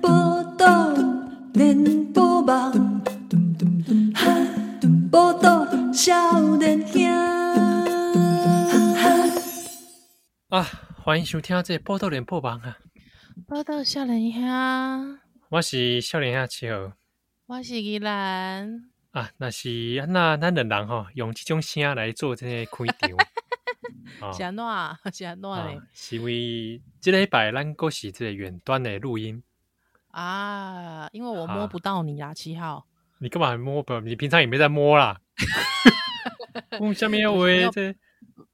报道连波网，报道少年兄。啊，欢迎收听这报道联播网啊！报道少年兄，我是少年下七号我是依兰。啊，那是啊那咱两人吼、用这种声来做这个开 场。啊是安怎啊？是安怎咧？啊，是为这礼拜咱搁是这个远端的录音，啊，因为我摸啊不到你啦，七号。你干嘛还摸？不，你平常也没在摸 啦。讲下面话没有这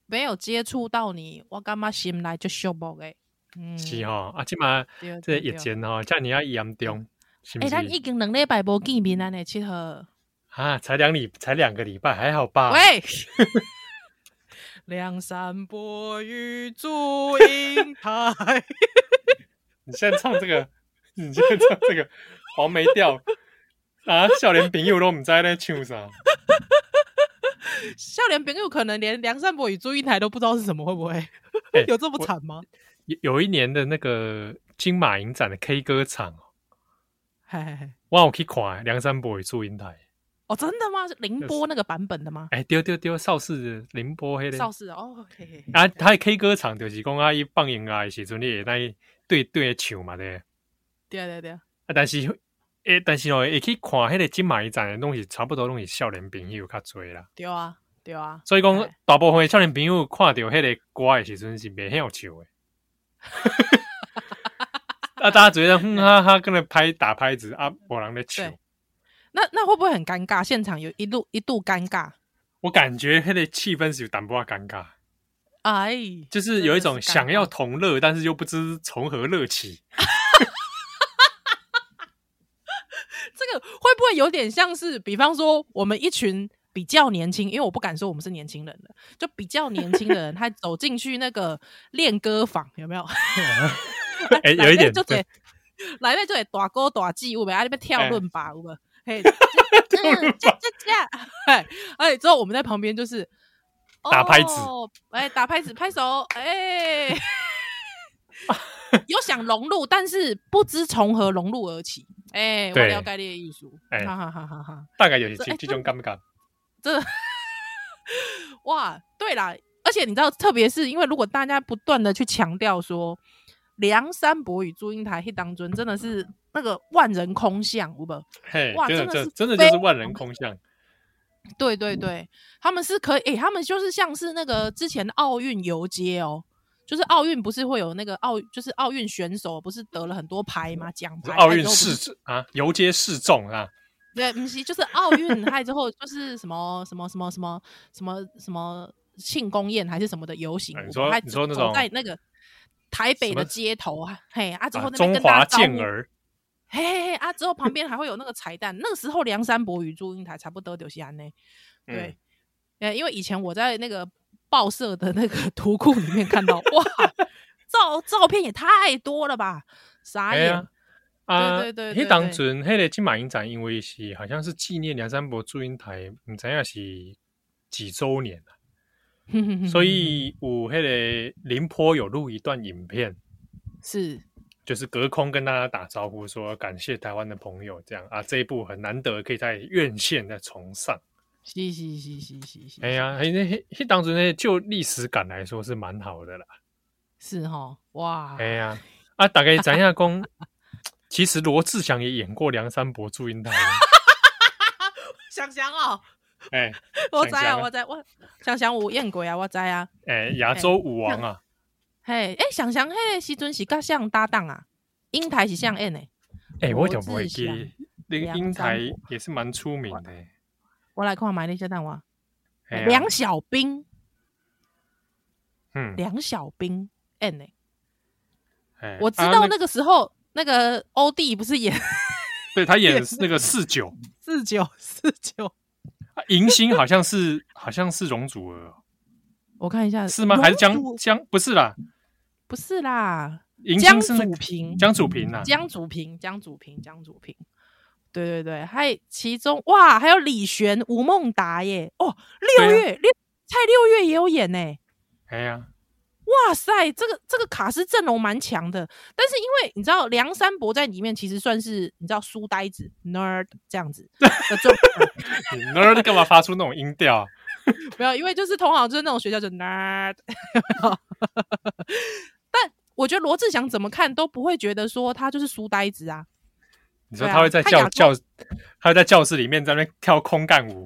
没有接触到你，我感觉心内就寂寞诶。嗯，是吼、啊，即嘛对，这对个疫。对情吼，遮尔啊严重，是不诶，是？哎咱已经两礼拜无见面了呢，七号。啊，才两礼，才两个礼拜，还好吧？ 喂，梁山伯与祝英台。 你现在唱这个， 你现在唱这个黄梅调啊，少年朋友都唔知道在唱啥。笑脸朋友可能连梁山伯与祝英台都不知道是什么，会 不会？诶 有这么哎我惨吗？有有一年的那个金马影展的 K 歌场，嘿嘿嘿。哇，我去看梁山伯与祝英台。哦，真的吗？是凌就是波那个版本的吗？哎、丢丢丢，邵氏宁波黑的邵氏哦，嘿嘿嘿啊，他的 K 歌场就是讲啊，伊放音乐的时阵，你会来对对唱嘛的。对对对，啊，但是诶、但是哦，会去看迄个金马影展的东西，差不多拢是少年朋友较侪啦。对啊，对啊，所以讲哎，大部分的少年朋友看到迄个歌的时阵是袂晓唱 的。啊，大家觉得哼哈哈，跟着拍打拍子啊，无人在唱对。那那会不会很尴尬？现场有一度一度尴尬，我感觉迄个气氛是有淡薄仔啊尴尬，哎，就是有一种真的是尴尬想要同乐，但是又不知从何乐 起。这个会不会有点像是，比方说我们一群比较年轻，因为我不敢说我们是年轻人了，就比较年轻的 人，他走进去那个练歌房，有没有？ 哎、有一点就对得来面就得大哥大姐，有没有？啊，那边跳哎伦巴，有没有？嘿， 这这这 这，哎，哎，之后我们在旁边就是打拍子哦哎，打拍子，拍手，哎， 有想融入，但是不知从何融入而起，哎，我对了解你的艺术，哎哈哈哈哈哈，大概有这哎这种尴尬。这哇，对啦，而且你知道，特别是因为如果大家不断的去强调说梁山伯与祝英台黑当尊真的是那个万人空巷，无不？嘿，哇真的，真的真是真的就是非万人空巷。对对对，嗯他们是可以，诶、他们就是像是那个之前奥运游街哦，就是奥运不是会有那个奥，就是奥运选手不是得了很多牌嘛，奖是牌，奥运哎还之后不是示啊，游街示众啊，对，不是，就是奥运还之后就是什么什么什么什么什么什么庆功宴还是什么的游行，啊我你说还你说那走种在那个台北什的么街头，啊，嘿啊，之后啊那中边跟华大家招健呼儿，嘿嘿嘿啊！之后旁边还会有那个彩蛋，那个时候梁山伯与祝英台差不多就是安呢。嗯对，呃、因为以前我在那个报社的那个 图库里面看到，哇，照照片也太多了吧，傻哎眼。呀，啊，对对对对迄当阵迄个金马影展，因为是好像是纪念梁山伯祝英台，毋知影是几周年啊哼哼哼所哼以有迄个林坡有录一段影片， 是就是隔空跟大家打招呼说感谢台湾的朋友，这样啊，这一部很难得可以在院线再重上。是是是是是是，哎呀，迄那迄当阵那就历史感来说是蛮好的啦。是哈，哇，哎呀，啊，大概咱下讲， 其实罗志祥也演过梁山伯祝英台。啊想想哦， 哎我知想啊，想啊我知，我想想我燕鬼啊，我知啊，哎，亚洲舞王啊，嘿，哎，想想嘿，时阵是甲像搭档啊，英台是像演诶。哎，我就罗不会志记祥，那个啊梁英山台伯也是蛮出名的。我来看买了一些蛋黄。哎呀梁小兵，嗯，梁小兵，N 呢、哎我知啊道那个时候、那个欧弟不 是演对他演那个四九，四九四九，啊迎新好像是好像是容祖儿哦，我看一下是吗？还是江龙呃祖江不是啦？不是啦，迎江新是那祖个平，江祖平啊，江祖平，江祖平，江祖平，对对对，还其中哇，还有李璇、吴孟达耶，哦，六月六蔡六月也有演呢。哎呀，哇塞，这个这个卡斯阵容蛮强的，但是因为你知道梁山伯在里面其实算是你知道书呆子 nerd 这样子的状态，你 nerd 干嘛发出那种音调啊？没有，因为就是同行就是那种学校就 nerd，但我觉得罗志祥怎么看都不会觉得说他就是书呆子啊，你说对啊他会在他教亚教，他会在教室里面在那边跳空干舞，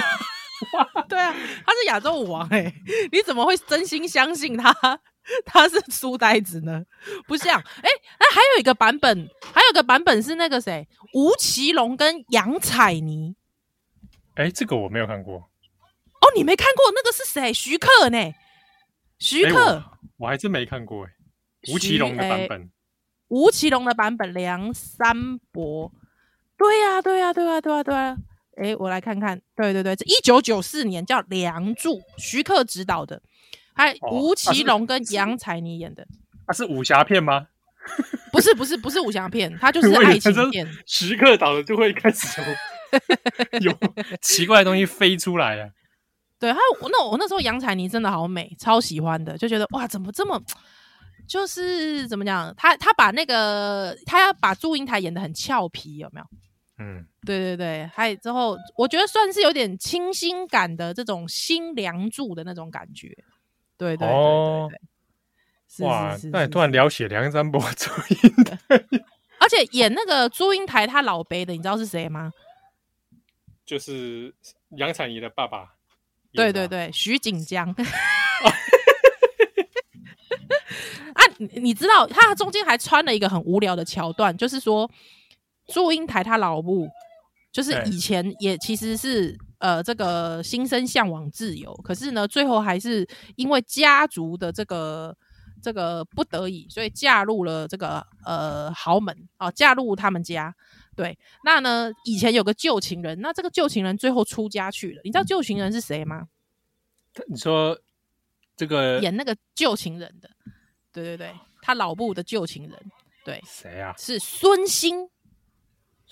对啊，他是亚洲舞王哎、你怎么会真心相信他？他是书呆子呢？不像哎、那还有一个版本，还有一个版本是那个谁，吴奇隆跟杨采妮。哎，这个我没有看过。哦，你没看过那个是谁？徐克呢？徐哎克，我我还真没看过哎，徐吴奇隆的版哎本，吴奇隆的版本，梁山伯。对呀、对呀、对呀、啊对呀、对呀、哎、我来看看，对对对，这一九九四年叫《梁祝》，徐克执导的，还哦吴啊是奇隆跟杨采妮演的。它啊是武侠片吗？不是不是不是武侠片，它就是我以为爱情真片。时刻倒了就会开始有有 奇怪的东西飞出来啊！对，还有我那我那时候杨采妮真的好美，超喜欢的，就觉得哇，怎么这么，就是怎么讲，她她把那个她要把祝英台演的很俏皮，有没有？嗯，对对对，还有之后我觉得算是有点清新感的这种新梁祝的那种感觉。对对对哦对对是哇是是，那是你突然是聊起梁山伯祝英台，而且演那个祝英台她老辈的，你知道是谁吗？ 就是杨采妮的爸爸。对对，对，徐锦江。 啊，你你知道他中间还穿了一个很无聊的桥段，就是说祝英台她老母，就是对以前也其实是呃这个心生向往自由，可是呢最后还是因为家族的这个这个不得已，所以嫁入了这个呃豪门啊，嫁入他们家。对，那呢以前有个旧情人，那这个旧情人最后出家去了，你知道旧情人是谁吗？你说这个演那个旧情人的，对对对，他老布的旧情人谁啊？是孙兴，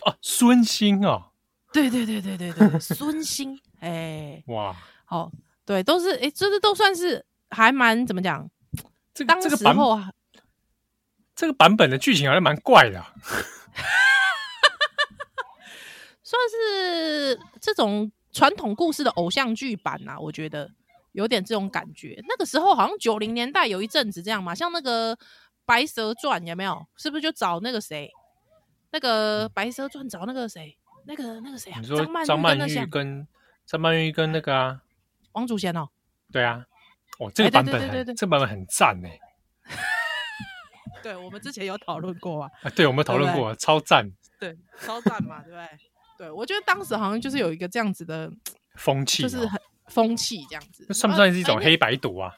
哦，孙兴哦，对对对对对 对，孙兴，哎，哇，哦，对，都是哎，这是都算是还蛮怎么讲？这个当这个时版候啊，这个版本的剧情好像蛮怪的啊、算是这种传统故事的偶像剧版啊，我觉得有点这种感觉。那个时候好像九零年代有一阵子这样嘛，像那个《白蛇传》有没有？是不是就找那个谁？那个《白蛇传》找那个谁？那个那个谁啊？你说张张曼曼玉跟那玉谁？跟张曼玉跟那个啊，王祖贤哦，对啊，哦，这个哎对版本对对很，对对这个版本很赞呢。欸对我们之前有讨论过啊，啊，对，我们讨论对不对过，超赞，对，超赞嘛，对不对？对，我觉得当时好像就是有一个这样子的，风气、就哦，是很风气这样子，那算不算是一种哎黑白赌啊？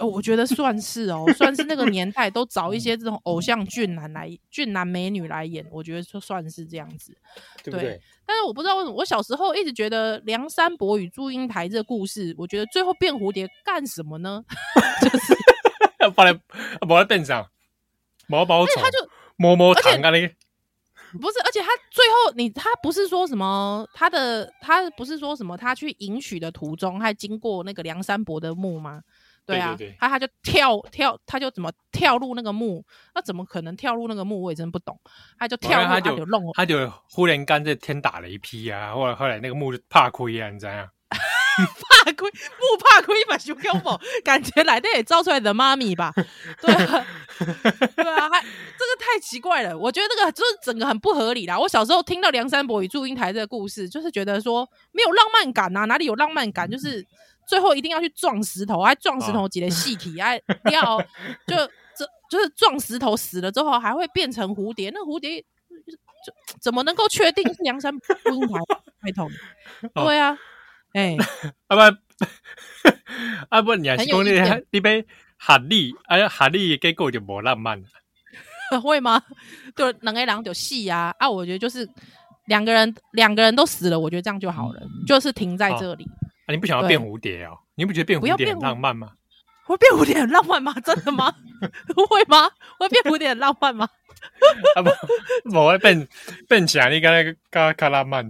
哦，我觉得算是哦，算是那个年代都找一些这种偶像俊男来俊男美女来演，我觉得就算是这样子。对不对对？但是我不知道为什么，我小时候一直觉得梁山伯与祝英台这故事，我觉得最后变蝴蝶干什么呢？ 就是，放在放在凳上，毛毛而且虫他就摸摸而且糖啊那个，不是，而且他最后你他不是说什么他的他不是说什么他去迎娶的途中还经过那个梁山伯的墓吗？对啊，对对对他他就跳跳，他就怎么跳入那个墓？那怎么可能跳入那个墓？我也真不懂。哦他就跳入，他就弄他就忽然间这天打雷劈啊，后来后来那个木就怕亏啊，你知道吗？怕亏， 木怕亏把熊高宝，感觉来的也造出来的妈咪吧？对啊，对啊，还这个太奇怪了，我觉得这个就是整个很不合理啦。我小时候听到梁山伯与祝英台这个故事，就是觉得说没有浪漫感啊，哪里有浪漫感？就是最后一定要去撞石头，还撞石头几个细体，还要就这就是撞石头死了之后还会变成蝴蝶，那蝴蝶。就怎么能够确定是梁山伯与祝英台开头？哦对啊，哎、啊不，啊不，你还是讲很有意你见你被喊你，哎喊你的结果就无浪漫了，呃会吗？ 就两个人就戏啊啊！我觉得就是两个人，两个人都死了，我觉得这样就好了，就是停在这里。啊你不想要对变蝴蝶哦？你不觉得变不要蝴蝶变很蝴浪漫吗？会变古典很浪漫吗？ 真的吗？会吗？会变古典很浪漫吗？ 啊不，我会变变起来，你刚才刚卡拉曼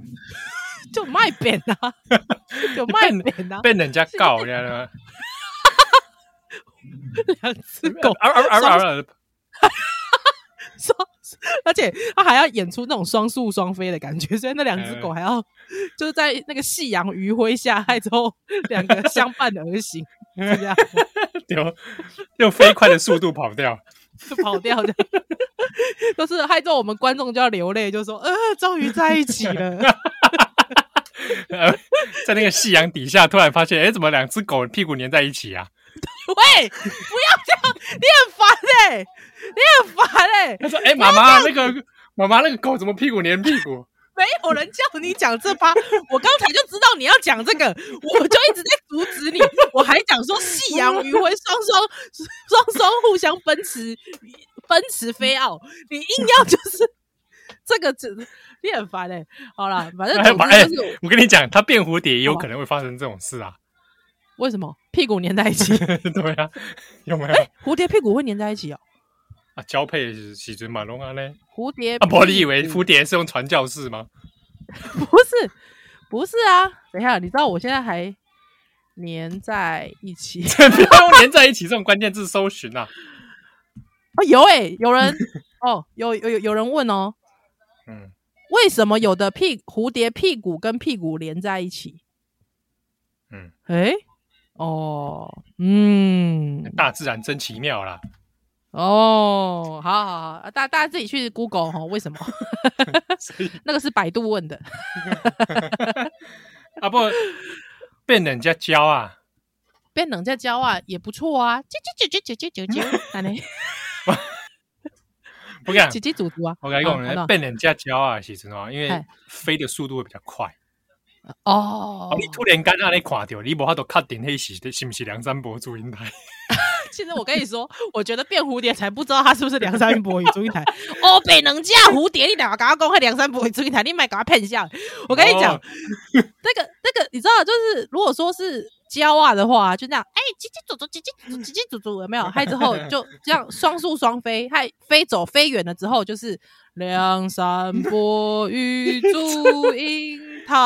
就卖扁啊，就卖 扁啊，被人家告，你知道吗？两只狗嗷嗷嗷嗷！双，而且他还要演出那种双宿双飞的感觉，所以那两只狗还要就是在那个夕阳余晖下，害之后两个相伴而行，是这样丢用飞快的速度跑掉，就 跑掉的，就是害之后我们观众就要流泪，就说呃，终于在一起了。 呃 在那个夕阳底下，突然发现，哎，怎么两只狗屁股粘在一起啊？喂，不要这样，你很烦哎、你很烦哎、他说，哎，妈妈，那个妈妈那个狗怎么屁股粘屁股？没有人叫你讲这趴，我刚才就知道你要讲这个，我就一直在阻止你。我还讲说夕阳余晖，双双双双互相奔驰，奔驰飞奥。你硬要就是这个，只你很烦哎、好啦，反正哎总妈，哎之就是，我跟你讲，它变蝴蝶哦也有可能会发生这种事啊。 为什么屁股粘在一起？对啊，有没有哎、蝴蝶屁股会粘在一起哦。啊？交配的时阵嘛，拢安呢？蝴蝶啊，屁股不，你以为蝴蝶是用传教士吗？ 不是不是啊？等一下，你知道我现在还粘在一起。 不要用连在一起这种关键字搜寻啊。哦，有哎、有人哦，有有有有人问哦，嗯，为什么有的屁蝴蝶屁股跟屁股连在一起？嗯，哎、哦，嗯，大自然真奇妙 啦。哦，好好好，啊大大家自己去 Google 哈，为什么？ 所以那个是百度问的，啊不，被人家教啊，变冷在教啊，也不错啊，啾啾啾啾啾啾啾 啾，奶 奶，我跟你姐讲，姐组组啊，我跟你讲好好呢，的被人家教啊的时阵哦，因为嗨飞的速度会比较快。哦哦，你突然间安尼看到，你无法度确定迄是是不是梁山伯祝英台？ 其实我跟你说，我觉得变蝴蝶才不知道它是不是梁山伯与祝英台。哦，北能嫁蝴蝶，你两个搞公开梁山伯与祝英台，你买搞他骗笑。我跟你讲，哦那个那个，你知道，就是如果说是交啊的话，就这样，哎、叽叽祖叽叽祖叽叽祖祖，有没有？嗨之后就这样双宿双飞，嗨飞走飞远了之后，就是梁山伯与祝英台，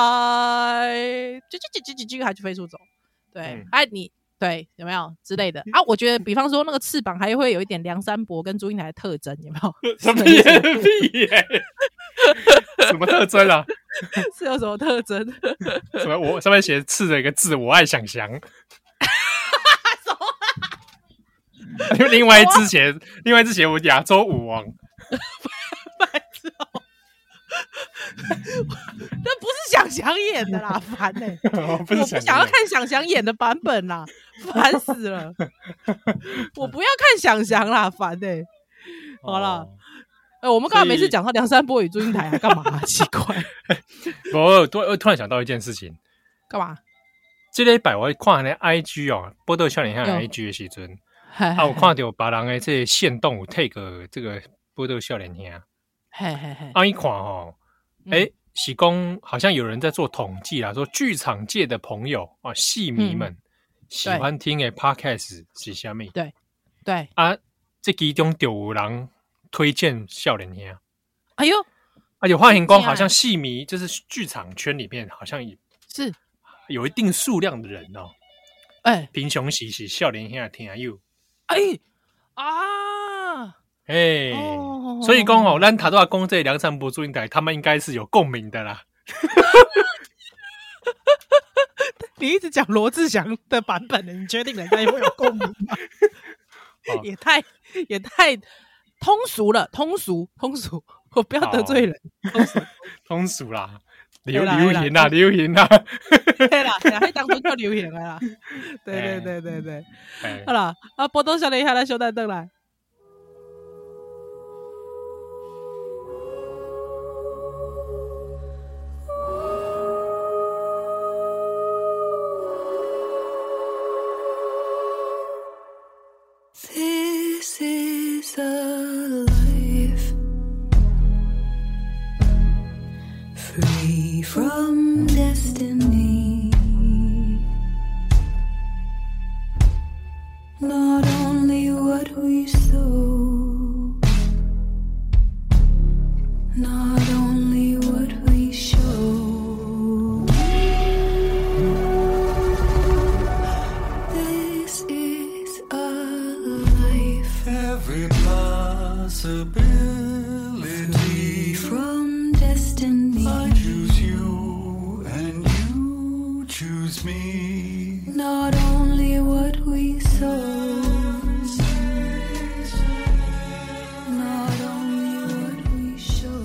啾啾啾啾啾啾，还就飞出走。对嗯，哎、你对有没有之类的啊？我觉得，比方说那个翅膀还会有一点梁山伯跟祝英台的特征，有没有？ 什么是有屁耶？什么特征啊？是有什么特征？ 什么我上面写刺着一个字“我爱想翔”，因 为另外一只写另外一只写我亚洲舞王，那不是想想演的啦，烦欸呢、我不是我不想要翔看想想演的版 本啦，烦死了！我不要看想想啦，烦哎、欸！好啦哦哎、我们刚才没所事以讲到梁山伯与祝英台、啊，干嘛、啊？ 奇怪，不，我突我突然想到一件事情，干嘛？啊这礼拜我看那 IG 哦，波多少年下嗯 IG 的时阵，啊，我看到别人的这个限动有 take 这个波多少年兄，嘿嘿嘿，啊，一看哦，嗯哎、喜公好像有人在做统计啦，说剧场界的朋友啊，戏嗯迷们、喜欢听的 podcast 是虾米对，啊？这其中就有人推荐少年兄，哎呦，而且发现光真的啊好像戏迷就是剧场圈里面好像是有一定数量的人哦。哎、贫穷时是少年兄的听友，哎、啊，哎、哦所以讲哦，咱塔多阿公这梁山伯祝英台，他们应该是有共鸣的啦。你一直讲罗志祥的版本的，欸你确定人家会有共鸣 吗哦？也太也太通俗了，通俗通俗，我不要得罪人。通俗啦，流对啦流对啦行啦，流行啦。 对啦，对啦，那当初就流行了啦。对对对对对，哎好啦，啊，波多少年下来小蛋蛋来。 This is a life free from destiny. No not only what we show. This is a life Every possibility. from destiny, I choose you and you choose me. not only what we sow. Not only what we show.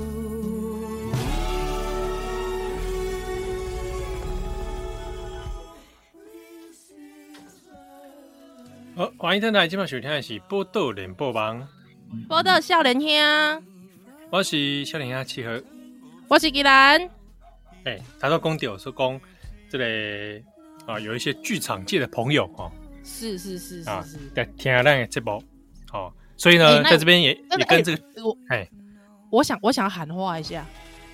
好，欢迎登来，今晚收听的是《波豆联播网》，波到笑脸兄，我是少年阿七和。我是吉兰，哎、他说公屌说公，这里啊有一些剧场界的朋友哦是是是啊是是，，在听下的节目哦，所以呢，哎那在这边也真也的跟这个哎我哎我想我想喊话一下，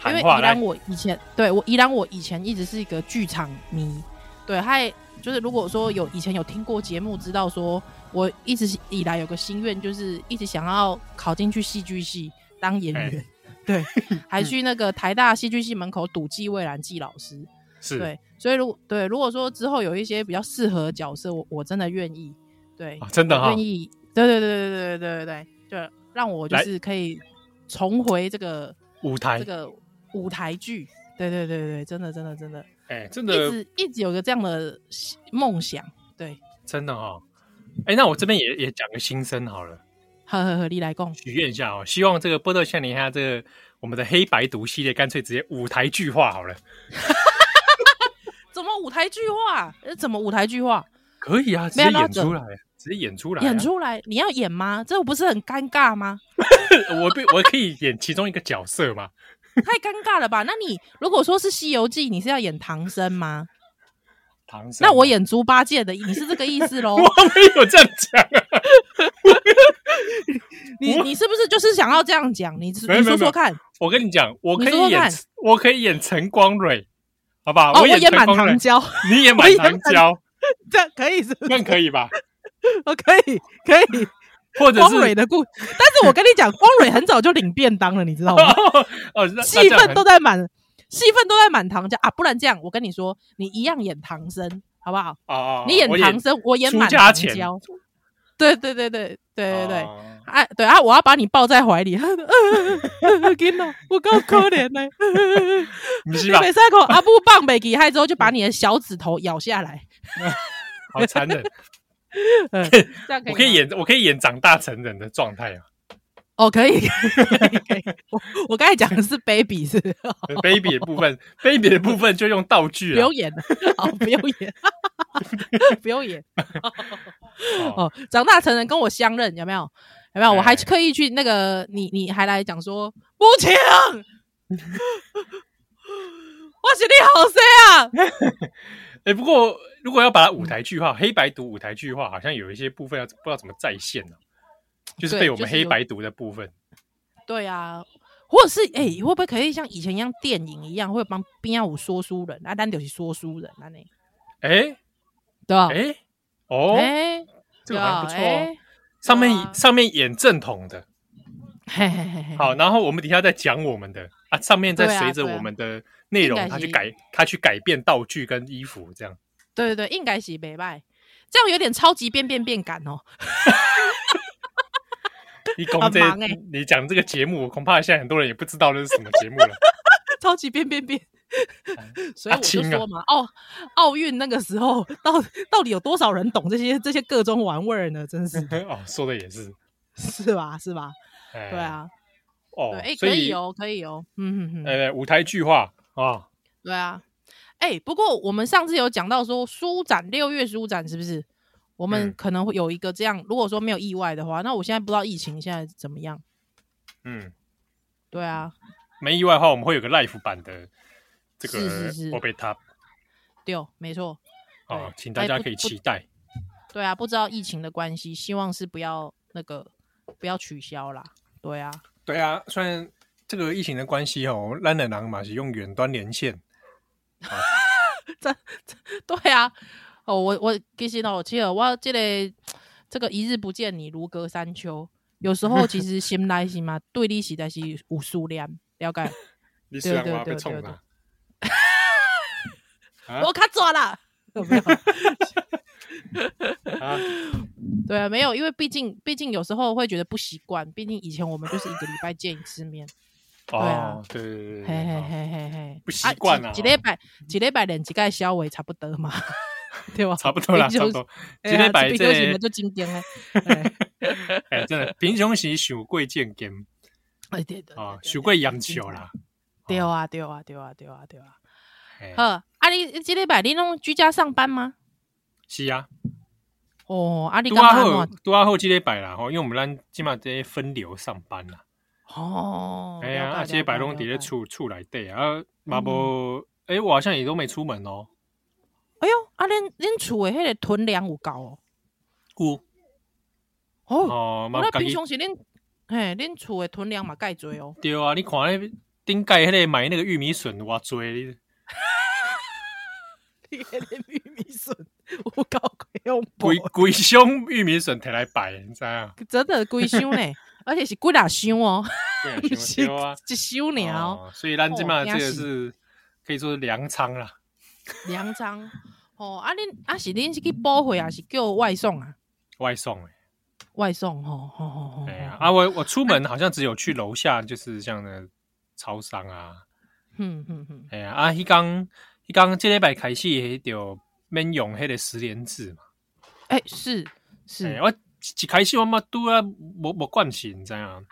因喊为宜话来兰，我以前对我宜兰我以前一直是一个剧场迷，对，还就是如果说有以前有听过节目，知道说我一直以来有个心愿，就是一直想要考进去戏剧系当演员，哎 对，还去那个台大戏剧系门口赌纪蔚然纪老师，是对，所以如对如果说之后有一些比较适合的角色，我我真的愿意，对，啊，真的哈愿，意，对对对对对对对对，就让我就来是可以重回这个。舞台这个舞台剧。对对对对，真的真的真的，哎、真一的直一直有个这样的梦想。对，真的哈，哎、那我这边也也讲个心声好了。呵呵呵，你来共许愿一下哦，希望这个波特夏尼下这个我们的黑白读系列，干脆直接舞台剧化好了。怎么舞台剧化？呃怎么舞台剧化？可以啊，直没接有那演个出来，直接演出来、啊演。出来你要演吗？这不是很尴尬吗？我被我可以演其中一个角色嘛？太尴尬了吧？那你如果说是《西游记》，你是要演唐僧吗？唐僧？那我，演猪八戒的，你是这个意思喽我？没有这样讲啊。你你是不是就是想要这样讲？你没有你没有说没有说看。我跟你讲，我可你以说说演看，我可以演陈光蕊，好吧？哦，我演演陈满光蕊堂，娇，你演满我演堂满娇， 这样可以是这不是？样可以吧？我可以可以。或者光蕊是的故，但是我跟你讲，光蕊很早就领便当了，你知道吗？哦，那戏份都在在满，戏份都在满堂家啊！不然这样，我跟你说，你一样演唐僧，好不好？哦，哦你演我唐僧，我演出满家堂前娇。对对对对对对对，哦哎、对啊，我要把你抱在怀里，天哪，我够可怜呢、不是你吧？每三口阿布棒北极害之后，就把你的小指头咬下来，好残 忍。嗯这样可以吗？我可以演，我可以演长大成人的状态啊哦，可以，可以，可以。我我刚才讲的是 baby 是不是，baby 呃的部分，baby 的部分就用道具不啊用。演了， 好，不用演， 不用演。哦哦，长大成人跟我相认，有没有？有没有？我还哎刻意去那个你，你还来讲说不行， 我是你好谁 啊？哎，不过如果要把它嗯舞台剧化，黑白读舞台剧化，好像有一些部分要不知道怎么再现呢，就是对被我们就是有黑白读的部分。对啊，或者是哎、会不会可以像以前一样电影一样，会帮边要武说书人啊，咱就是说书人啊呢，哎对吧？哎哦，哎、这个好像不错对啊哦。上面对啊上面演正统的，哎嘿嘿嘿嘿，好，然后我们底下再讲我们的啊，上面再对啊随着对啊我们的内容应，该他去是改，他去改变道具跟衣服这样。对对对，应该是北拜，这样有点超级变变变感哦。你 讲很这忙欸，你讲这个节目，恐怕现在很多人也不知道这是什么节目了。 超级变变变。 所以阿我就青啊说嘛，奥奥运那个时候，到到底有多少人懂这些这些各种玩味儿呢？真是 哦，说的也是，是吧？是吧？哎对，啊，哦对，，哎，所可以，哦，可以哦，嗯嗯嗯，呃，舞台剧化啊，对啊，哎，不过我们上次有讲到说书展六月书展是不是？我们嗯可能会有一个这样，如果说没有意外的话，那我现在不知道疫情现在怎么样。嗯，对啊，没意外的话，我们会有个 live 版的这个是是是 o b e t a 对哦，没错，啊对，请大家可以期待。对啊，不知道疫情的关系，希望是不要那个不要取消啦。对啊，对啊，虽然这个疫情的关系哦，烂人狼嘛是用远端连线， 对啊，哦，我我其实哦，其实我这个这个一日不见你如隔三秋，有时候其实心来心嘛，对你实在是有思念。了解。啊你虽然对我要对被冲对了，啊我卡抓啦。哦有没有啊， 对啊，没有，因为毕竟毕竟有时候会觉得不习惯，毕竟以前我们就是一个礼拜见一次面，啊哦，对对对对嘿嘿对，好嘿嘿嘿，不习惯啊啊，一一礼拜一礼拜连一个消委差不多嘛，对吧？差不 多啦，差平常不多。今哎呀天摆这这边有什么就经典 嘞，哎哎，真的平常时想贵见 game 哎对的啊，许想贵养球啦，对啊对啊对啊对啊对啊，哎好，啊你你这礼拜你拢居家上班吗？是啊，哦，啊你都干嘛阿这后样？都阿后这礼拜啦，吼，因为我们咱起码在分流上班啦，哦，哎呀，了解啊，这礼拜拢伫咧。了解了解嗯厝厝内底啊，嘛无，哎，我好像也都没出门哦，哎呦，啊恁恁厝的迄个囤粮有够哦，有哦。哦，嘛我那家平己常时恁，嘿，恁厝的囤粮嘛介多 哦。对啊，你看那顶盖迄个买那个玉米笋偌多，你你个恁玉米笋，我搞 鬼 用规规箱玉米笋摕来摆，你知影？ 真的规箱 呢，而且是几大箱哦，对不啊 是对啊，一箱尔哦，哦，所以咱即嘛哦这个惊死是可以说是粮仓啦。 两张。哦，啊恁啊是恁是去补货啊，是叫外送啊？外送诶、外送吼吼吼吼欸，哎呀、吼，啊，我我出门好像只有去楼下，就是像那超商啊，嗯嗯嗯，哎呀、啊，迄刚迄刚这礼拜开始迄就免用迄个十连制嘛，哎是是欸，我一一开始我嘛拄啊无无惯性，你知影？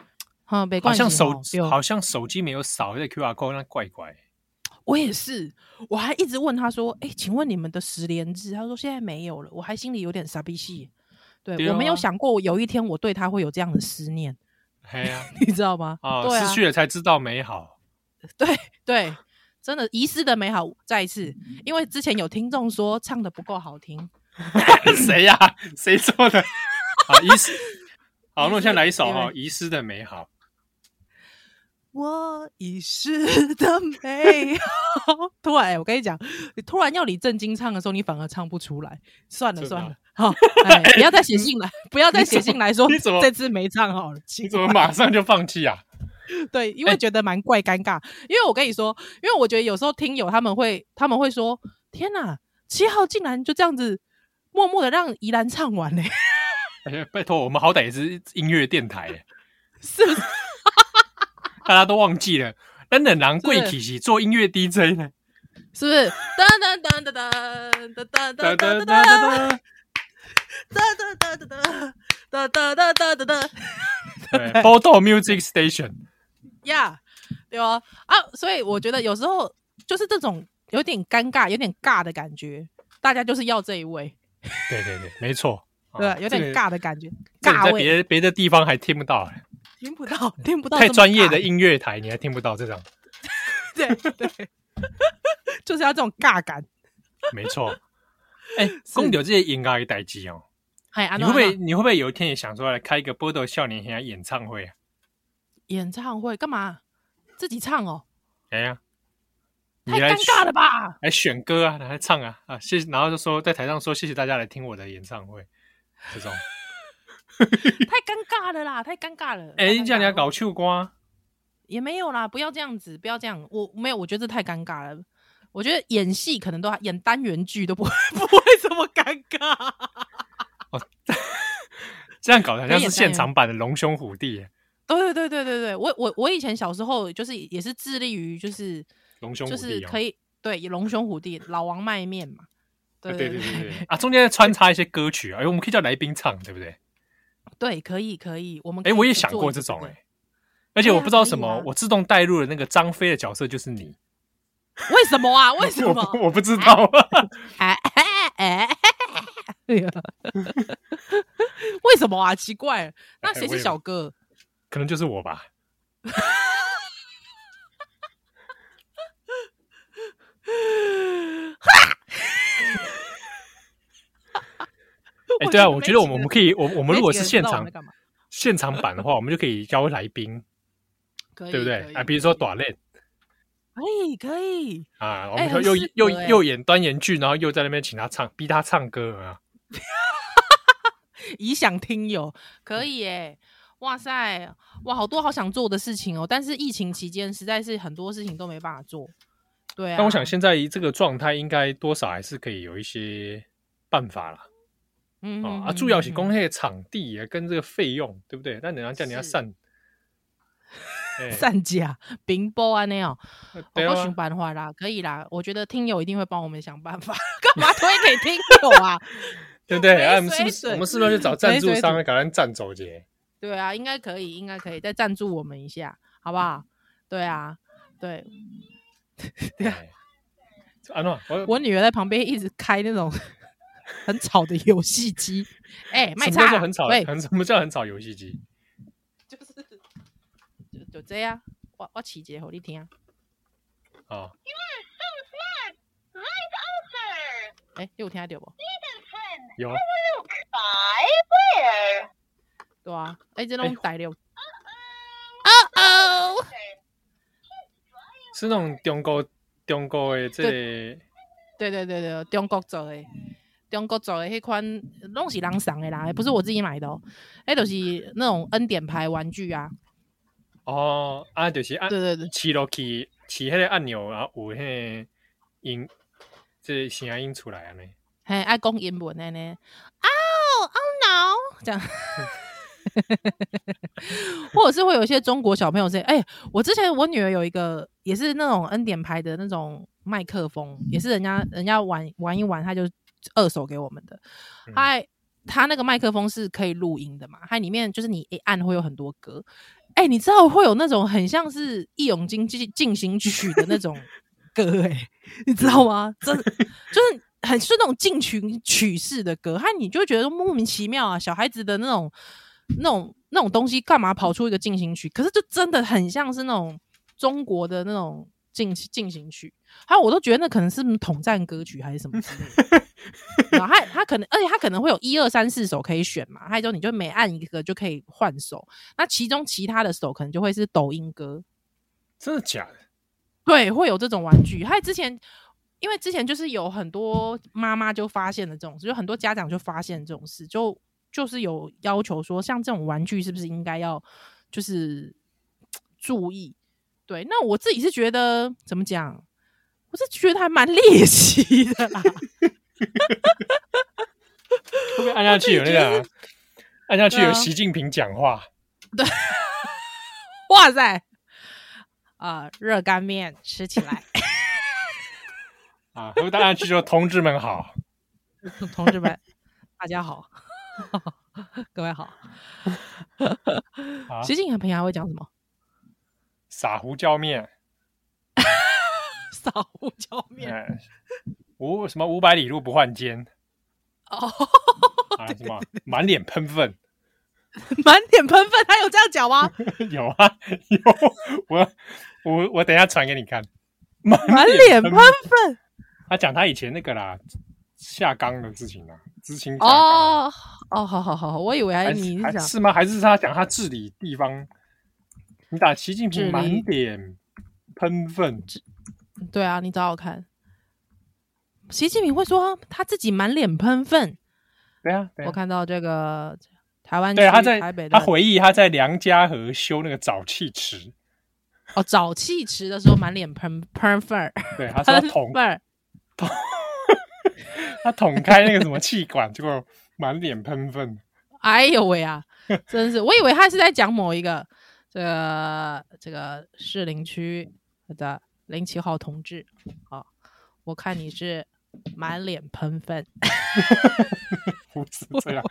哈，没好关系像手吼对哦好像手机没有扫那个 QR code，那怪怪的。我也是，我还一直问他说：“哎、请问你们的十连制？”他说：“现在没有了。”我还心里有点傻逼戏。对对我没有啊想过有一天我对他会有这样的思念，嘿 呀、你知道吗？啊，对啊，失去了才知道美好。 对对，真的遗失的美好。再一嗯次，因为之前有听众说唱的不够好听，谁呀、谁做的？啊，遗失。好，那我现在来一首哈《对遗失的美好》。我遗失的美好。 突然、哎我跟你讲，你突然要你正经唱的时候，你反而唱不出来。算了真的算啊了，好、哎， 不要再写信来，不要再写信来说你怎么这次没唱好了。你 怎么马上就放弃啊？对，因为觉得蛮怪尴尬。因为我跟你说，因为我觉得有时候听友他们会他们会说：“天哪，七号竟然就这样子默默的让宜兰唱完嘞、哎拜托，我们好歹也是音乐电台耶， 是不是？大家都忘记了，咱的狼贵是体系做音乐 DJ 呢。是不是？噔噔噔噔噔噔噔哒噔哒噔噔哒哒噔 哒噔噔噔噔。”哒哒哒哒哒哒对，Bodo Music Station，呀，对哦啊，所以我觉得有时候就是这种有点尴尬、有点尬的感觉，大家就是要这一位，对对对，没错，啊对吧，有点，尬的感觉，这个这个尬在位别别的地方还听不到耶，听不到，听不到太这么专业尬的音乐台你还听不到这种， 对对，就是要这种尬感。没错。哎，公牛这些音乐的代志哦，哎，安你诺会不安会诺你会不会有一天也想说来开一个波多少年兄演唱会啊？演唱会干嘛？自己唱哦，哎呀，你太来尴尬了吧？来选歌啊，来唱啊啊，谢谢，然后就说在台上说谢谢大家来听我的演唱会，这 种，太尴尬了啦，太尴尬了。 哎、太你尴这样尬你要了搞秋瓜，也没有啦，不要这样子，不要这样。我没有，我觉得这太尴尬了。我觉得演戏可能都还演单元剧都不会 不会这么尴尬。这样搞得好像可以是也现场版的龙兄虎弟耶，对对对对对，我我我以前小时候就是也是致力于就是龙兄虎就弟、哦，是可以对龙兄虎弟老王卖面嘛。对，对对对对对对啊，中间穿插一些歌曲啊，哎、我们可以叫来宾唱，对不对？对，可以可以，我们哎、可以我也去想做过一这个种个哎、而且对我啊不知道可以什么，啊我自动带入了那个张飞的角色就是你，为什么啊？为 什我么？我不知 道啊，哎哎哎！哎呀，为什么啊？奇怪，那哎谁是小哥？可能就是我吧。哎、对啊，我觉得我们我们可以，以，我我我们如果是现我场们在干嘛？现场版的话，我们就可以邀来宾，可以，对不对可？以啊，比如说短链可以可以，啊，我哎们说很又适又合哎又演端言剧，然后又在那边请他唱，逼他唱歌啊。嗯以想听友可以耶。哇塞，哇，好多好想做的事情哦，但是疫情期间实在是很多事情都没办法做。对啊，但我想现在这个状态应该多少还是可以有一些办法啦。嗯哦哼啊，哼主要是哼讲那个场地啊，跟这个费用，对不对？那人家叫你要是 散，哎散架、冰波啊那样，对我啊，想办法啦，可以啦，我觉得听友一定会帮我们想 办法，干嘛推给听友啊？ 对不对？没啊，我们是水不是我们是准不是要去找赞没助水商哎来准搞咱赞助节？对啊，应该可以，应该可以，再赞助我们一下，好不好？对啊，对对啊哎啊，那我我女儿在旁边一直开那种 很吵的游戏机，哎、卖什么叫菜做啊很吵？对，很什么叫很吵游戏机？就是就就这样，我我起节给你听啊，啊，哎、你有听到不？有啊对啊，哎、这哎种带了，哦哦，是那种中国中国的这个对对对对，中国做的，中国做的迄款拢是人送的啦，不是我自己买的哦，哎，就是那种恩典牌玩具啊，哦啊，就是按对对对，骑落去骑那个按钮，然后有那个音，这声音出来啊呢。嘿，爱讲英文的呢。哦哦 no，这样。或者是会有一些中国小朋友说：“哎、我之前我女儿有一个也是那种恩典牌的那种麦克风，也是人家人家玩玩一玩，他就二手给我们的。嗯他他那个麦克风是可以录音的嘛？它里面就是你一按会有很多歌。哎、你知道会有那种很像是《义勇军进进行曲》的那种歌哎、你知道吗？真的就是很是那种进群曲式的歌，和你就会觉得莫名其妙啊，小孩子的那种那种那种东西，干嘛跑出一个进行曲？可是就真的很像是那种中国的那种进进行曲，还有我都觉得那可能是什么统战歌曲还是什么之类的。然后他他可能，而且他可能会有一二三四首可以选嘛，还有就你就每按一个就可以换手，那其中其他的手可能就会是抖音歌，真的假的？对，会有这种玩具。还有之前，因为之前就是有很多妈妈就发现了这种事，就很多家长就发现这种事，就就是有要求说，像这种玩具是不是应该要就是注意？对，那我自己是觉得怎么讲，我是觉得还蛮猎奇的啦。 会不会按下去有那个啊？按下去对有啊习近平讲话，哇塞，啊、热干面吃起来，啊，会不会按下去就同志们好？同志们，大家好， 各位好。 啊习近平平常会讲什么？撒胡椒面， 撒胡椒面哎，五什么五百里路不换肩哦， 啊？什么满脸喷粪？满脸喷粪，他有这样 讲吗？有啊，有我我我等一下传给你看。满满脸脸喷喷，粪他讲他以前那个啦下岗的事情啊，知青下岗啊哦哦，好好好，我以为还你是是还讲是吗？还是他讲他治理地方？你打习近治理平满脸喷粪，对啊，你找我看。习近平会说他自己满脸喷粪，对啊，对啊我看到这个台湾对，啊区他在台北的他回忆他在梁家河修那个沼气池，哦沼气池的时候满脸喷喷粪儿，对，他说他喷捅粪儿，他捅开那个什么气管，结果满脸喷粪。哎呦喂啊，真是，我以为他是在讲某一个这个这个士林区的林奇浩同志，好，我看你是满脸 喷粪，不是这样，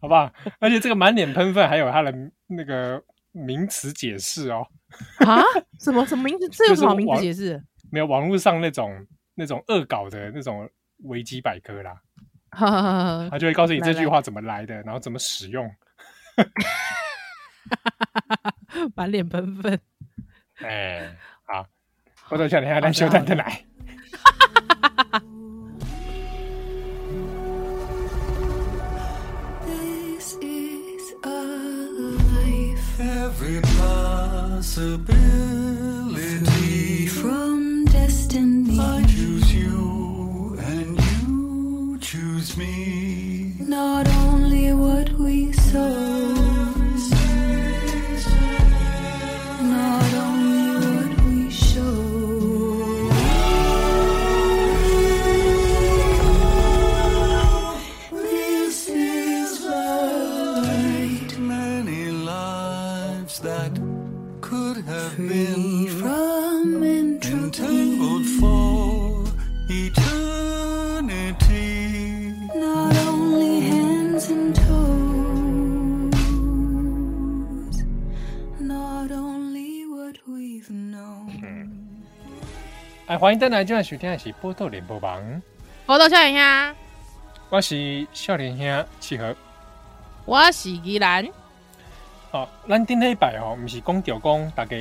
好不好？而且这个满脸喷粪还有它的那个名词解释哦，啊？什么什么名字？这有什么好就是名字网解释？没有网络上那种那种恶搞的那种维基百科啦，呵呵呵呵他就会告诉你来这句话怎么来的，然后怎么使用。 满脸喷粪，哎，好，或者想等一下来修蛋再来。 This is a life Every possibility. from destiny. I choose you and you choose me. Not only what we sow. have been from entangled entropy. for eternity. Not only hands and toes, not only what we've known. 哎，欢迎登来，今晚收听的是《波豆联播榜》，我到笑脸兄，我是少年兄契合。我是宜兰，哦，咱顶礼拜吼，哦毋是讲着讲大家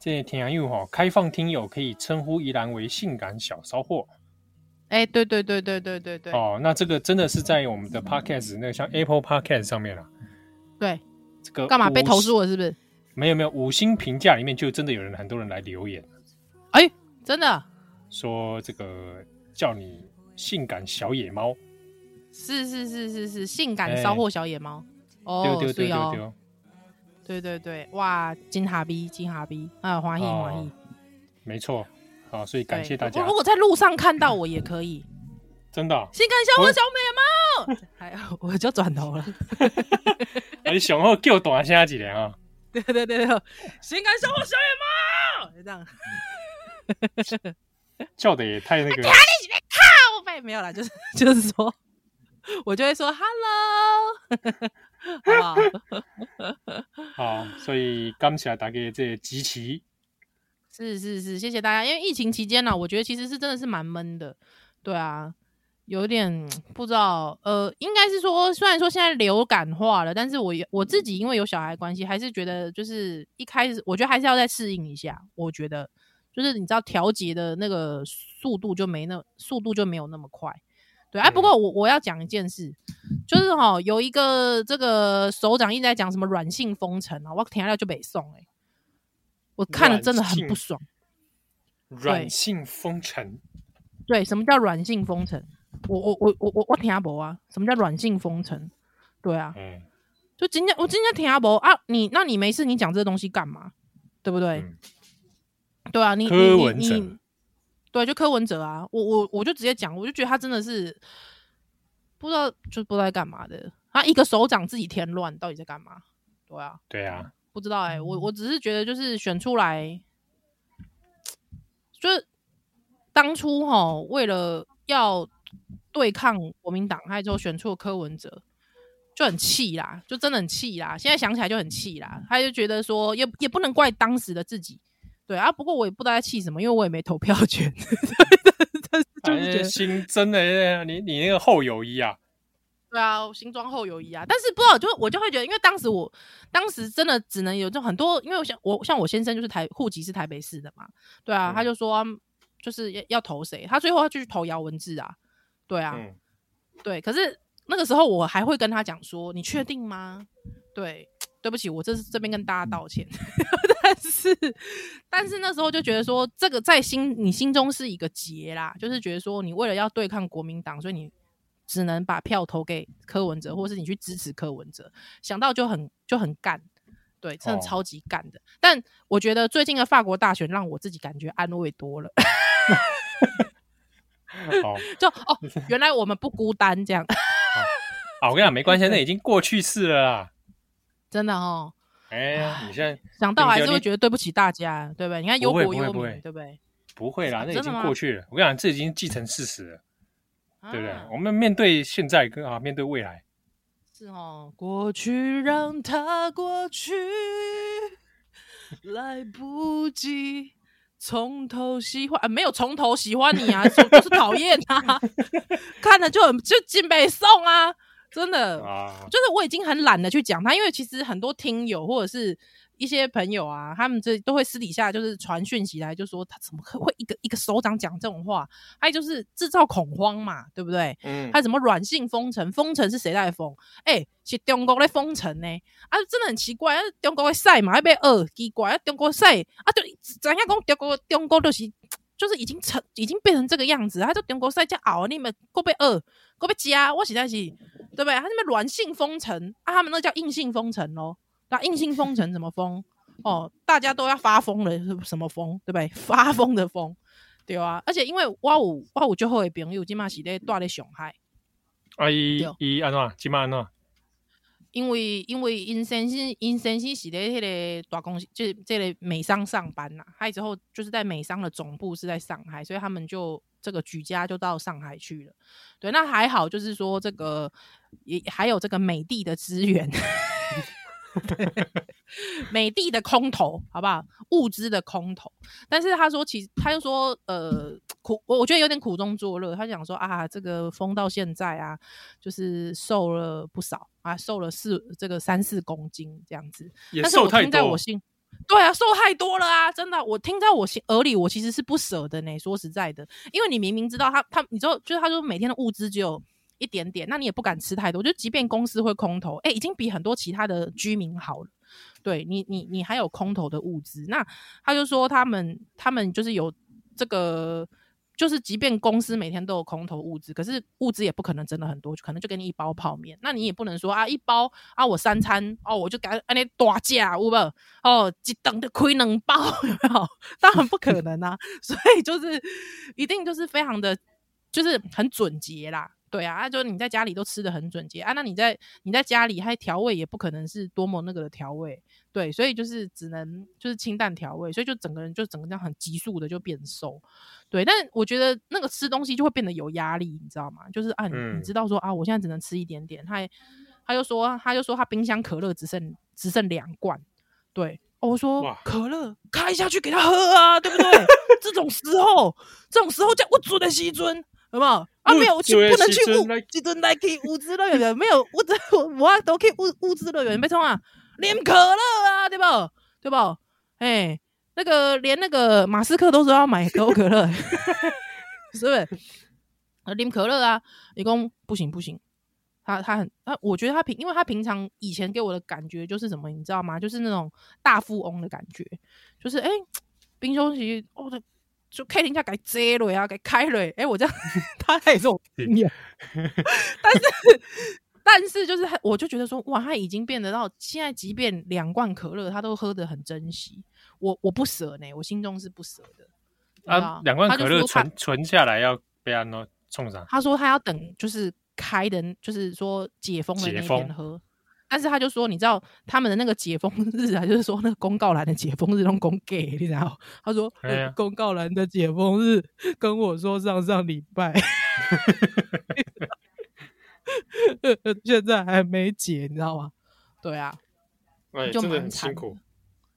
这听友吼，开放听友可以称呼宜兰为性感小骚货哎、对对对对对对对、哦。那这个真的是在我们的 podcast 那个像 Apple podcast 上面啦，啊对，这个干嘛被五投诉了是不是？没有没有，五星评价里面就真的有人很多人来留言哎、真的说这个叫你性感小野猫，是是是是是，性感哎骚货小野猫，丢哦，丢丢对丢哦，丢，对对对，哇，金哈逼金哈逼啊，欢喜哦欢喜，没错，好、所以对感谢大家我如，果在路上看到我也可以，真的哦、性感小我伙小美猫，还有我就转头了，哎，你雄厚叫大声一点啊！对对对对，性感小伙小野猫，就这样。叫的也太那 哎个，后背没有啦，就是就是说，我就会说 “hello”，好 不好？好，所以感谢大家这支持。是是是，谢谢大家。因为疫情期间呢、我觉得其实是真的是蛮闷的，对啊，有点不知道，呃，应该是说，虽然说现在流感化了，但是我也我自己因为有小孩的关系，还是觉得就是一开始，我觉得还是要再适应一下。我觉得就是你知道调节的那个速度就没那速度就没有那么快。对，哎、嗯不过我我要讲一件事，就是哈、有一个这个首长一直在讲什么软性封城啊，我听了就北宋哎，我看了真的很软不性爽。软性封城，对，什么叫软性封城？我我我我我我听不啊？什么叫软性封城？对啊，嗯，就今天我今天听不啊？你那你没事，你讲这东西干嘛？对不对？嗯对啊，你你柯你文你哲对，就柯文哲啊，我我我就直接讲，我就觉得他真的是不知道就不知道在干嘛的。他一个首长自己添乱，到底在干嘛？对啊，对啊，不知道哎、我我只是觉得就是选出来，就是当初哈为了要对抗国民党，还之后选出了柯文哲，就很气啦，就真的很气啦。现在想起来就很气啦，他就觉得说也也不能怪当时的自己，对啊。不过我也不知道在气什么，因为我也没投票权，但是嗯就是觉哎得新增的你你那个后友谊啊，对啊，我新装后友谊啊，但是不知道，就我就会觉得，因为当时我当时真的只能有这种很多，因为我像我像我先生就是台户籍是台北市的嘛，对啊，嗯他就说、就是要要投谁，他最后他就去投姚文智啊，对啊，嗯，对，可是那个时候我还会跟他讲说，你确定吗？对，对不起，我这是这边跟大家道歉， 但是但是那时候就觉得说，这个在心你心中是一个结啦，就是觉得说你为了要对抗国民党，所以你只能把票投给柯文哲，或是你去支持柯文哲，想到就很就很干。对，真的哦超级干的。但我觉得最近的法国大选让我自己感觉安慰多了， 好，就哦，原来我们不孤单这样。 好，我跟你讲没关系，那已经过去式了啦。真的哦，哎呀，你现在想到还对是对会你觉得对不起大家，对不对？你看忧不会国不会忧不民，会对不对？不会啦，那已啊真的经吗啊过去了。我跟你讲，这已经既成事实了，对对不对？我们面对现在跟啊，面对未来，是哦，过去让它过去，来不及从头喜欢啊，没有从头喜欢你啊，就就是讨厌啊， 看了就很就进北宋啊，真的啊，就是我已经很懒得去讲他，因为其实很多听友或者是一些朋友啊，他们这都会私底下就是传讯息来，就说他怎么可会一个一个首长讲这种话，还有就是制造恐慌嘛，对不对？嗯还，有什么软性封城？封城是谁在封？哎、是中国在封城呢、啊，真的很奇怪，啊、中国会晒嘛，还被饿，奇怪，啊、中国晒啊，就怎样讲中国中国就是就是已经成已经变成这个样子，他啊就中国晒加熬，你们够被饿，够被加，我实在是对不对？他那边软性封城啊，他们那叫硬性封城咯。那硬性封城怎么封？哦，大家都要发疯了，是什么疯？对不 对？发疯的疯，对啊。而且因为我有我有就好的朋友，今嘛是咧住咧上海，啊伊对哦伊安怎，今晚安怎？因为因为因先生因先生是在迄个大公司，就是这类美商上班呐、他之后就是在美商的总部是在上海，所以他们就这个举家就到上海去了。对，那还好，就是说这个也还有这个美的的资源， 美的的空投，好不好？物资的空投。但是他说，其实他就说，呃，苦，我我觉得有点苦中作乐。他想说啊，这个封到现在啊，就是瘦了不少啊，瘦了四这个三四公斤这样子。也但是瘦我太听在多我，心，对啊，瘦太多了啊，真的，我听在我心耳里，我其实是不舍的呢。说实在的，因为你明明知道他他，你知道，就是他说每天的物资只有。一点点，那你也不敢吃太多。就即便公司会空投，哎、已经比很多其他的居民好了。对你，你你还有空投的物资，那他就说他们他们就是有这个，就是即便公司每天都有空投物资，可是物资也不可能真的很多，可能就给你一包泡面，那你也不能说啊一包啊我三餐哦我就给安尼大价有无哦一等就亏两包 有没有？当然不可能啊， 所以就是一定就是非常的就是很准节啦。对啊，啊，就你在家里都吃的很准节啊，那你在你在家里还调味也不可能是多么那个的调味，对，所以就是只能就是清淡调味，所以就整个人就整个这样很急速的就变瘦，对。但我觉得那个吃东西就会变得有压力，你知道吗？就是啊，你你嗯知道说啊，我现在只能吃一点点，他也他就说他就说他冰箱可乐只剩只剩两罐，对。哦我说哇可乐开下去给他喝啊，对不对？ 这种时候，这种时候叫我煮的西尊，有没有？啊，没有我去煮的不能去时阵物来即阵来去物资乐园的，没有物资，我我都去物物资乐园，没冲啊，连可乐啊，对不？对不？哎、那个连那个马斯克都说要买可口可乐， 是不是？呃，啉可乐啊，你公不行不行，他他很他，我觉得他平，因为他平常以前给我的感觉就是什么，你知道吗？就是那种大富翁的感觉，就是哎、诶冰箱其实哦的。就开人家给摘了呀，给开了。哎、我这 样，他他也是我经验，但是但是就是他我就觉得说，哇，他已经变得到现在，即便两罐可乐，他都喝得很珍惜。我我不舍呢，我心中是不舍的。你知道啊，两罐他就可乐说他存存下来要被安诺冲上，他说他要等就是开的，就是说解封的那一解封天喝。但是他就说，你知道他们的那个解封日啊，就是说那个公告栏的解封日都公给，你知道？他说、哎呀公告栏的解封日跟我说上上礼 拜，现在还没解，你知道吗？对啊，哎，就真的蛮很惨辛苦。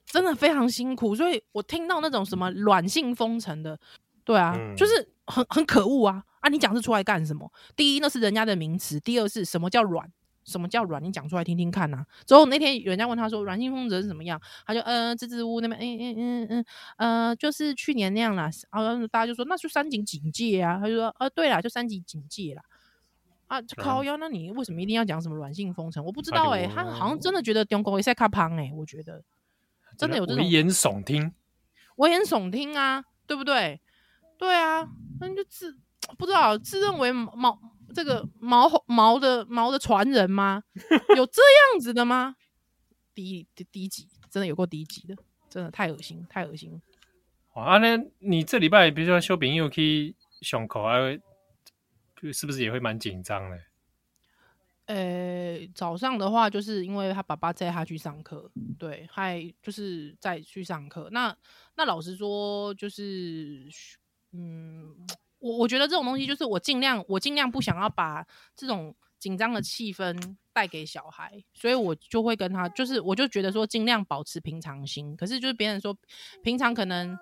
真的非常辛苦，所以我听到那种什么软性封城的，对啊，嗯就是很很可恶啊啊！你讲这出来干什么？第一，那是人家的名词；第二是什么叫软？什么叫软？你讲出来听听看呐、啊之后那天人家问他说软性封城是怎么样，他就呃支支吾吾那边嗯嗯嗯嗯呃就是去年那样啦，然后大家就说那就三级警戒啊，他就说呃对啦，就三级警戒啦。啊，嗯就靠腰，那你为什么一定要讲什么软性封城？我不知道啊哎、对他我好像真的觉得中国也在卡胖哎，我觉得真的有这种危言耸听，危言耸听啊，对不对？对啊，那你就自不知道自认为毛这个毛毛的毛的传人吗？有这样子的吗？低低低级，真的有过低级的，真的太恶心，太恶心。哇，啊，那你这礼拜比如说修饼又去胸口，还会就是不是也会蛮紧张的？呃，早上的话，就是因为他爸爸载他去上课，对，还就是再去上课。那那老实说，就是嗯，我我觉得这种东西，就是我尽量我尽量不想要把这种紧张的气氛带给小孩，所以我就会跟他，就是我就觉得说尽量保持平常心。可是就是别人说，平常可能。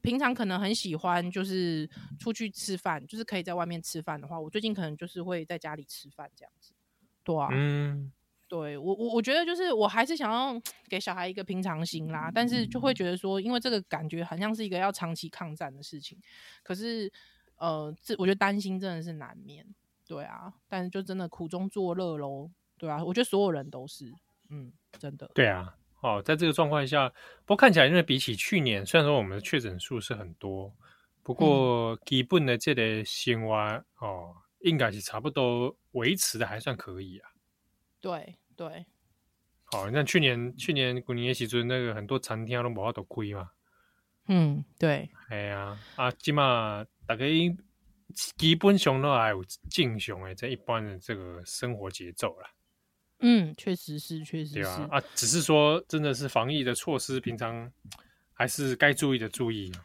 平常可能很喜欢，就是出去吃饭，就是可以在外面吃饭的话，我最近可能就是会在家里吃饭这样子。对啊，嗯，对我我我觉得就是我还是想要给小孩一个平常心啦，但是就会觉得说，因为这个感觉好像是一个要长期抗战的事情，可是呃，这我觉得担心真的是难免，对啊，但是就真的苦中作乐喽，对啊，我觉得所有人都是，嗯，真的，对啊，哦，在这个状况下，不过看起来，因为比起去年，虽然说我们的确诊数是很多，不过基本的这类新蛙哦，应该是差不多维持的还算可以啊。对对，哦，你看去年去年过年的时阵，那个很多餐厅都无法度开嘛。嗯对，哎呀、啊，啊，即嘛大概基本上都还有正常的这一般的这个生活节奏啦。嗯，确实是，确实对是。啊，啊，只是说真的是防疫的措施，平常还是该注意的注意啊。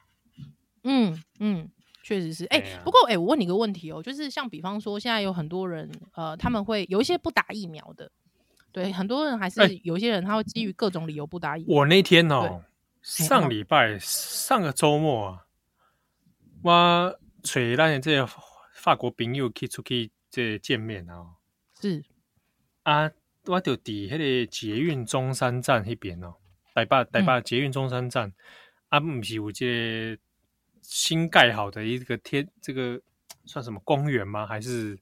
嗯嗯，确实是。哎、对啊不过哎、我问你个问题哦，就是像比方说，现在有很多人，呃，他们会有一些不打疫苗的，对，很多人还是、哎有一些人，他会基于各种理由不打疫苗。我那天对哦，上礼拜上个周末啊，我找咱的这个法国朋友去出去这个见面啊，是，啊，我就伫迄个捷运中山站迄边哦，台嗯北台北捷运中山站、啊，毋是有这个新盖好的一个天，这个算什么公园吗？还是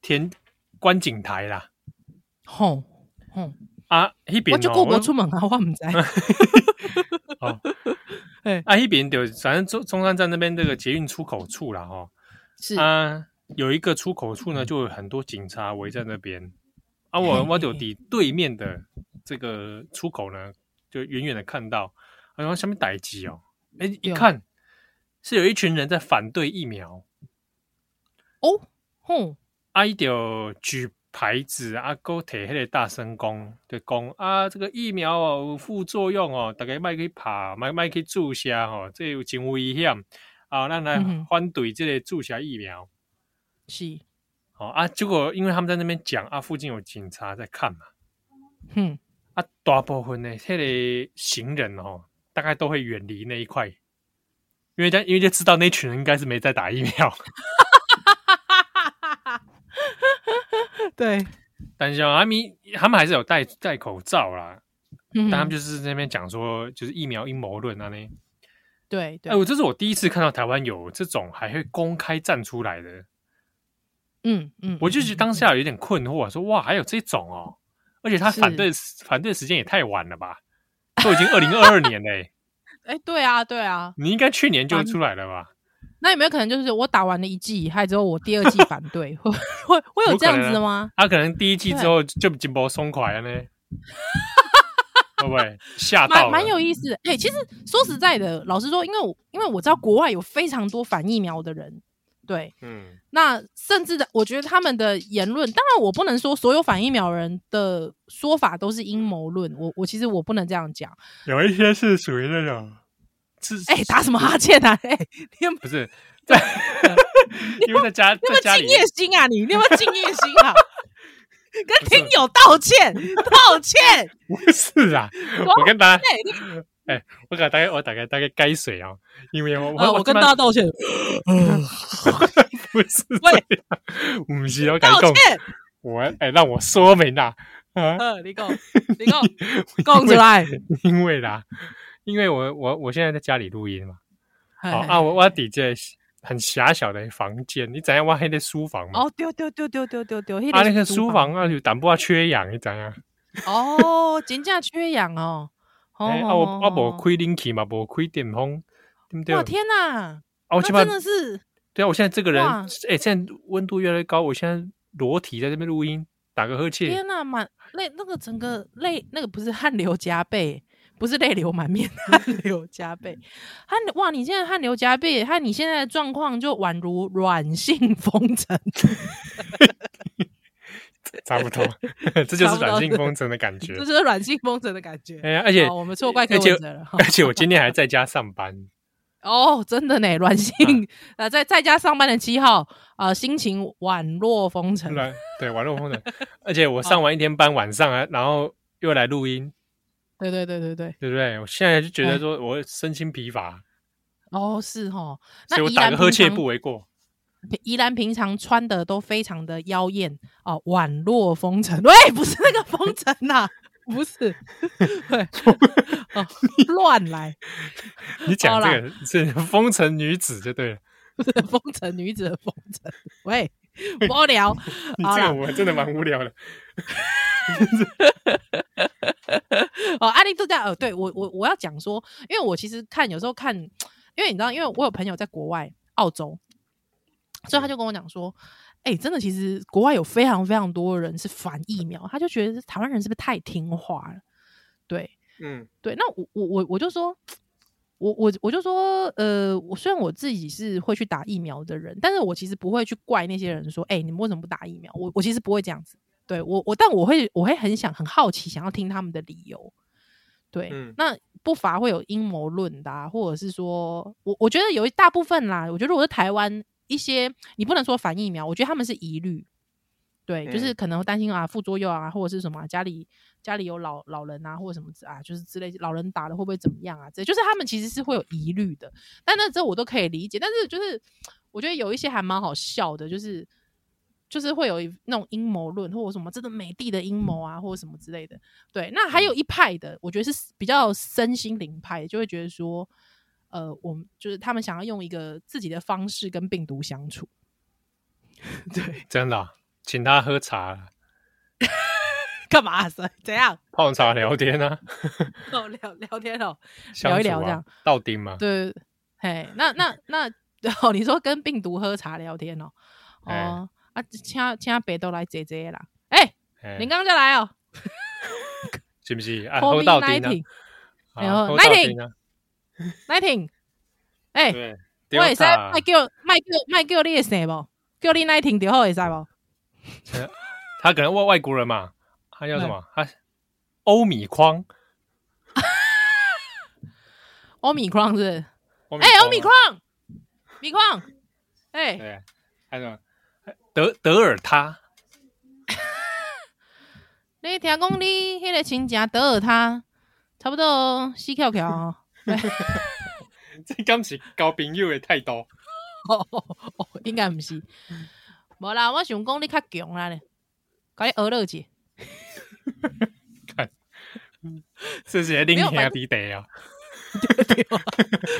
天观景台啦？吼吼，啊，迄边我哦就过国我出门啊， 我唔知。哦，哎，啊，迄边就反正中中山站那边这个捷运出口处啦，哦吼、是，嗯啊，有一个出口处呢，就有很多警察围在那边。啊，嘿我嘿我就抵对面的这个出口呢，就远远的看到，然后下面逮鸡哦，哎，一对看是有一群人在反对疫苗，哦，吼，啊，伊就举牌子，啊，够摕迄个大声讲，就讲啊，这个疫苗哦有副作用哦，大家莫去拍，莫莫去注射哦，这有真危险啊，咱来嗯哼反对这个注射疫苗。是，哦啊，结果因为他们在那边讲啊，附近有警察在看嘛，哼，啊，大部分呢，这类行人哦，大概都会远离那一块，因为他因为就知道那群人应该是没在打疫苗， 对，但是、哦、他们他们还是有戴戴口罩啦，嗯但他们哼就是在那边讲说，就是疫苗阴谋论啊呢，对对哎，，我这是我第一次看到台湾有这种还会公开站出来的，嗯嗯，我就觉得当下有点困惑，说哇，还有这种哦，而且他是反对反对时间也太晚了吧，都已经二零二二年嘞、欸哎，对啊对啊，你应该去年就出来了吧？那有没有可能就是我打完了一剂，害之后我第二剂反对， 会会会有有这可样能子的啊吗？啊，可能第一季之后就金波松垮 了呢，会不会吓啊到蛮了？蛮有意思的。哎、其实说实在的，老实说，因为我因为我知道国外有非常多反疫苗的人，对，嗯，那甚至的，我觉得他们的言论，当然我不能说所有反疫苗人的说法都是阴谋论，我我其实我不能这样讲。有一些是属于那种是哎、打什么哈欠啊？哎、你有没不是在 因为在家有在没家有里敬业心啊？你你有没有敬业心 啊？跟不是听友道歉，道歉。不是啊， 我跟大家对，你哎，我给大概我大概大概该水啊，因为我呃，我跟这边大家道歉，不是喂这样，不是我跟你道讲，歉。我哎让我说明啦，啊，呃，你讲，你讲，讲出来。因为啦，因为我我我现在在家里录音嘛。嘿好嘿啊，我我伫这很狭小的房间，你知影我迄个书房嘛？哦，对对对对对对对，迄嗯啊，那是个书房啊，有淡薄仔缺氧，你知影？哦，真正缺氧哦。哦，哎，啊，我我无开冷气嘛，无开电风，对不对？哇天哪，啊，我那起码真的是对啊，我现在这个人，哇哎，现在温度越来越高，我现在裸体在这边录音，打个呵欠天，哪，满泪那个整个泪那个不是汗流浃背，不是泪流满面， 汗流浃背，汗哇，你现在汗流浃背，和你现在的状况就宛如软性 风尘，差不 多，这就差是不多软性工程的感觉这。就是哦软性风尘的感觉。哎呀，而且好我们错怪而柯且文哲了。哈而且我今天还在家上班，哦，真的呢，软嗯性啊，在在家上班的七号啊、呃心情宛若风尘。软对网络工程，而且我上完一天班，晚上啊，然后又来录音，对对对对对，对不对？我现在就觉得哎说我身心疲乏，哦是哦。所以那我宜打兰个呵平欠常不为 过。宜兰平常穿的都非常的妖艳哦，宛若风尘。喂，不是那个风尘呐、 不是， 对，哦，乱来，你讲好啦这个是风尘女子就对了，不是风尘女子的风尘。 喂，无聊，你好这啦个，我真的蛮无聊 的。哦，安利度假，呃，对我我我要讲说，因为我其实看有时候看，因为你知道，因为我有朋友在国外澳洲，所以他就跟我讲说，哎、真的，其实国外有非常非常多人是反疫苗，他就觉得台湾人是不是太听话了？对嗯，对，那我我我我就说。我我我就说，呃，我虽然我自己是会去打疫苗的人，但是我其实不会去怪那些人说，哎、你们为什么不打疫苗？我我其实不会这样子，对我我，但我会我会很想很好奇，想要听他们的理由。对，嗯那不乏会有阴谋论的、啊，或者是说我我觉得有一大部分啦，我觉得如果是台湾一些，你不能说反疫苗，我觉得他们是疑虑，对，就是嗯可能担心啊副作用啊，或者是什么啊、家里家里有老老人啊，或者什么之啊，就是之类老人打了会不会怎么样啊？这就是他们其实是会有疑虑的，但那这我都可以理解，但是就是我觉得有一些还蛮好笑的，就是。就是会有一那种阴谋论，或者什么真的美帝的阴谋啊，或者什么之类的。对，那还有一派的，我觉得是比较身心灵派的，就会觉得说，呃，我们就是他们想要用一个自己的方式跟病毒相处。 对，真的啊、请他喝茶， 干嘛、啊？怎怎样？ 泡茶聊天啊，哦，聊聊天哦。相 聊一处聊这啊样，到顶嘛，对，嘿，那那那哦，你说跟病毒喝茶聊天哦，哎哦啊，请请北都来姐姐啦。哎、哎你刚刚就来哦，是不是？啊， Covid 喝到顶啊 nineteen，啊，然后喝到顶啊，来挺，哎、对，我会使 Delta 卖叫卖叫卖叫你的姓无，叫你来挺就好会使无？他可能外外国人嘛，他叫什么？他欧米匡，欧米匡是不是？哎哎，欧米匡，米匡，哎，对，还有什么德德尔他， 你听讲你迄个亲戚德尔他，差不多死翘翘哦。这敢是交朋友的态度。哦，应该毋是。无啦，我想讲你较强啦咧，甲你学乐者。这是另没有兄反弟弟啊，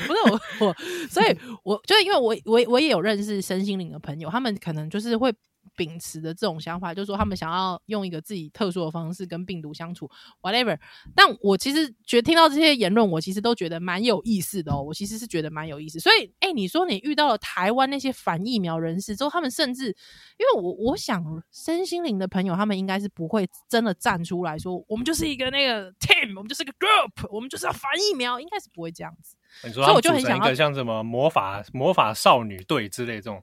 不是我， 我，所以我就是因为我我我也有认识身心灵的朋友，他们可能就是会秉持着这种想法，就是说他们想要用一个自己特殊的方式跟病毒相处，whatever。但我其实觉得听到这些言论，我其实都觉得蛮有意思的哦。我其实是觉得蛮有意思。所以，哎、你说你遇到了台湾那些反疫苗人士之后，他们甚至因为我我想身心灵的朋友，他们应该是不会真的站出来说，我们就是一个那个 team，我们就是一个 group，我们就是要反疫苗，应该是不会这样子。你说所以他我们就组很成想一要个像什么魔法魔法少女队之类这种，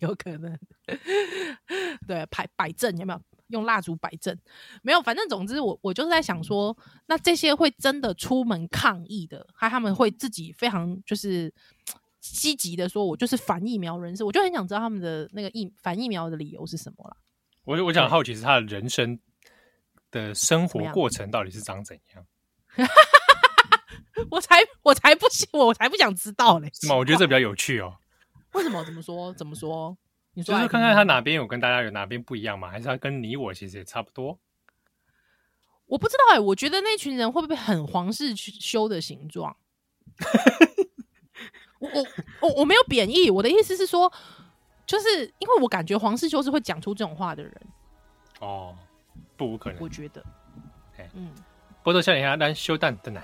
有可能，对，摆摆正有没有？用蜡烛摆正，没有，反正总之我我就是在想说，那这些会真的出门抗议的，还他们会自己非常就是积极的说，我就是反疫苗人士，我就很想知道他们的那个疫反疫苗的理由是什么啦。 我我想好奇是他的人生的生怎么活样过程到底是长怎样？我才我才不信，我才不想知道嘞，是吗？我觉得这比较有趣哦， 为什么？怎么说？怎么说？你就说来是看听看他听哪边有跟大家有哪边不一样嘛，还是他跟你我其实也差不多？我不知道哎、我觉得那群人会不会很皇室修的形状？我我我我没有贬义，我的意思是说，就是因为我感觉皇室修是会讲出这种话的人，哦，不无可能我。觉得哎，嗯，波多笑脸下，咱休蛋的奶。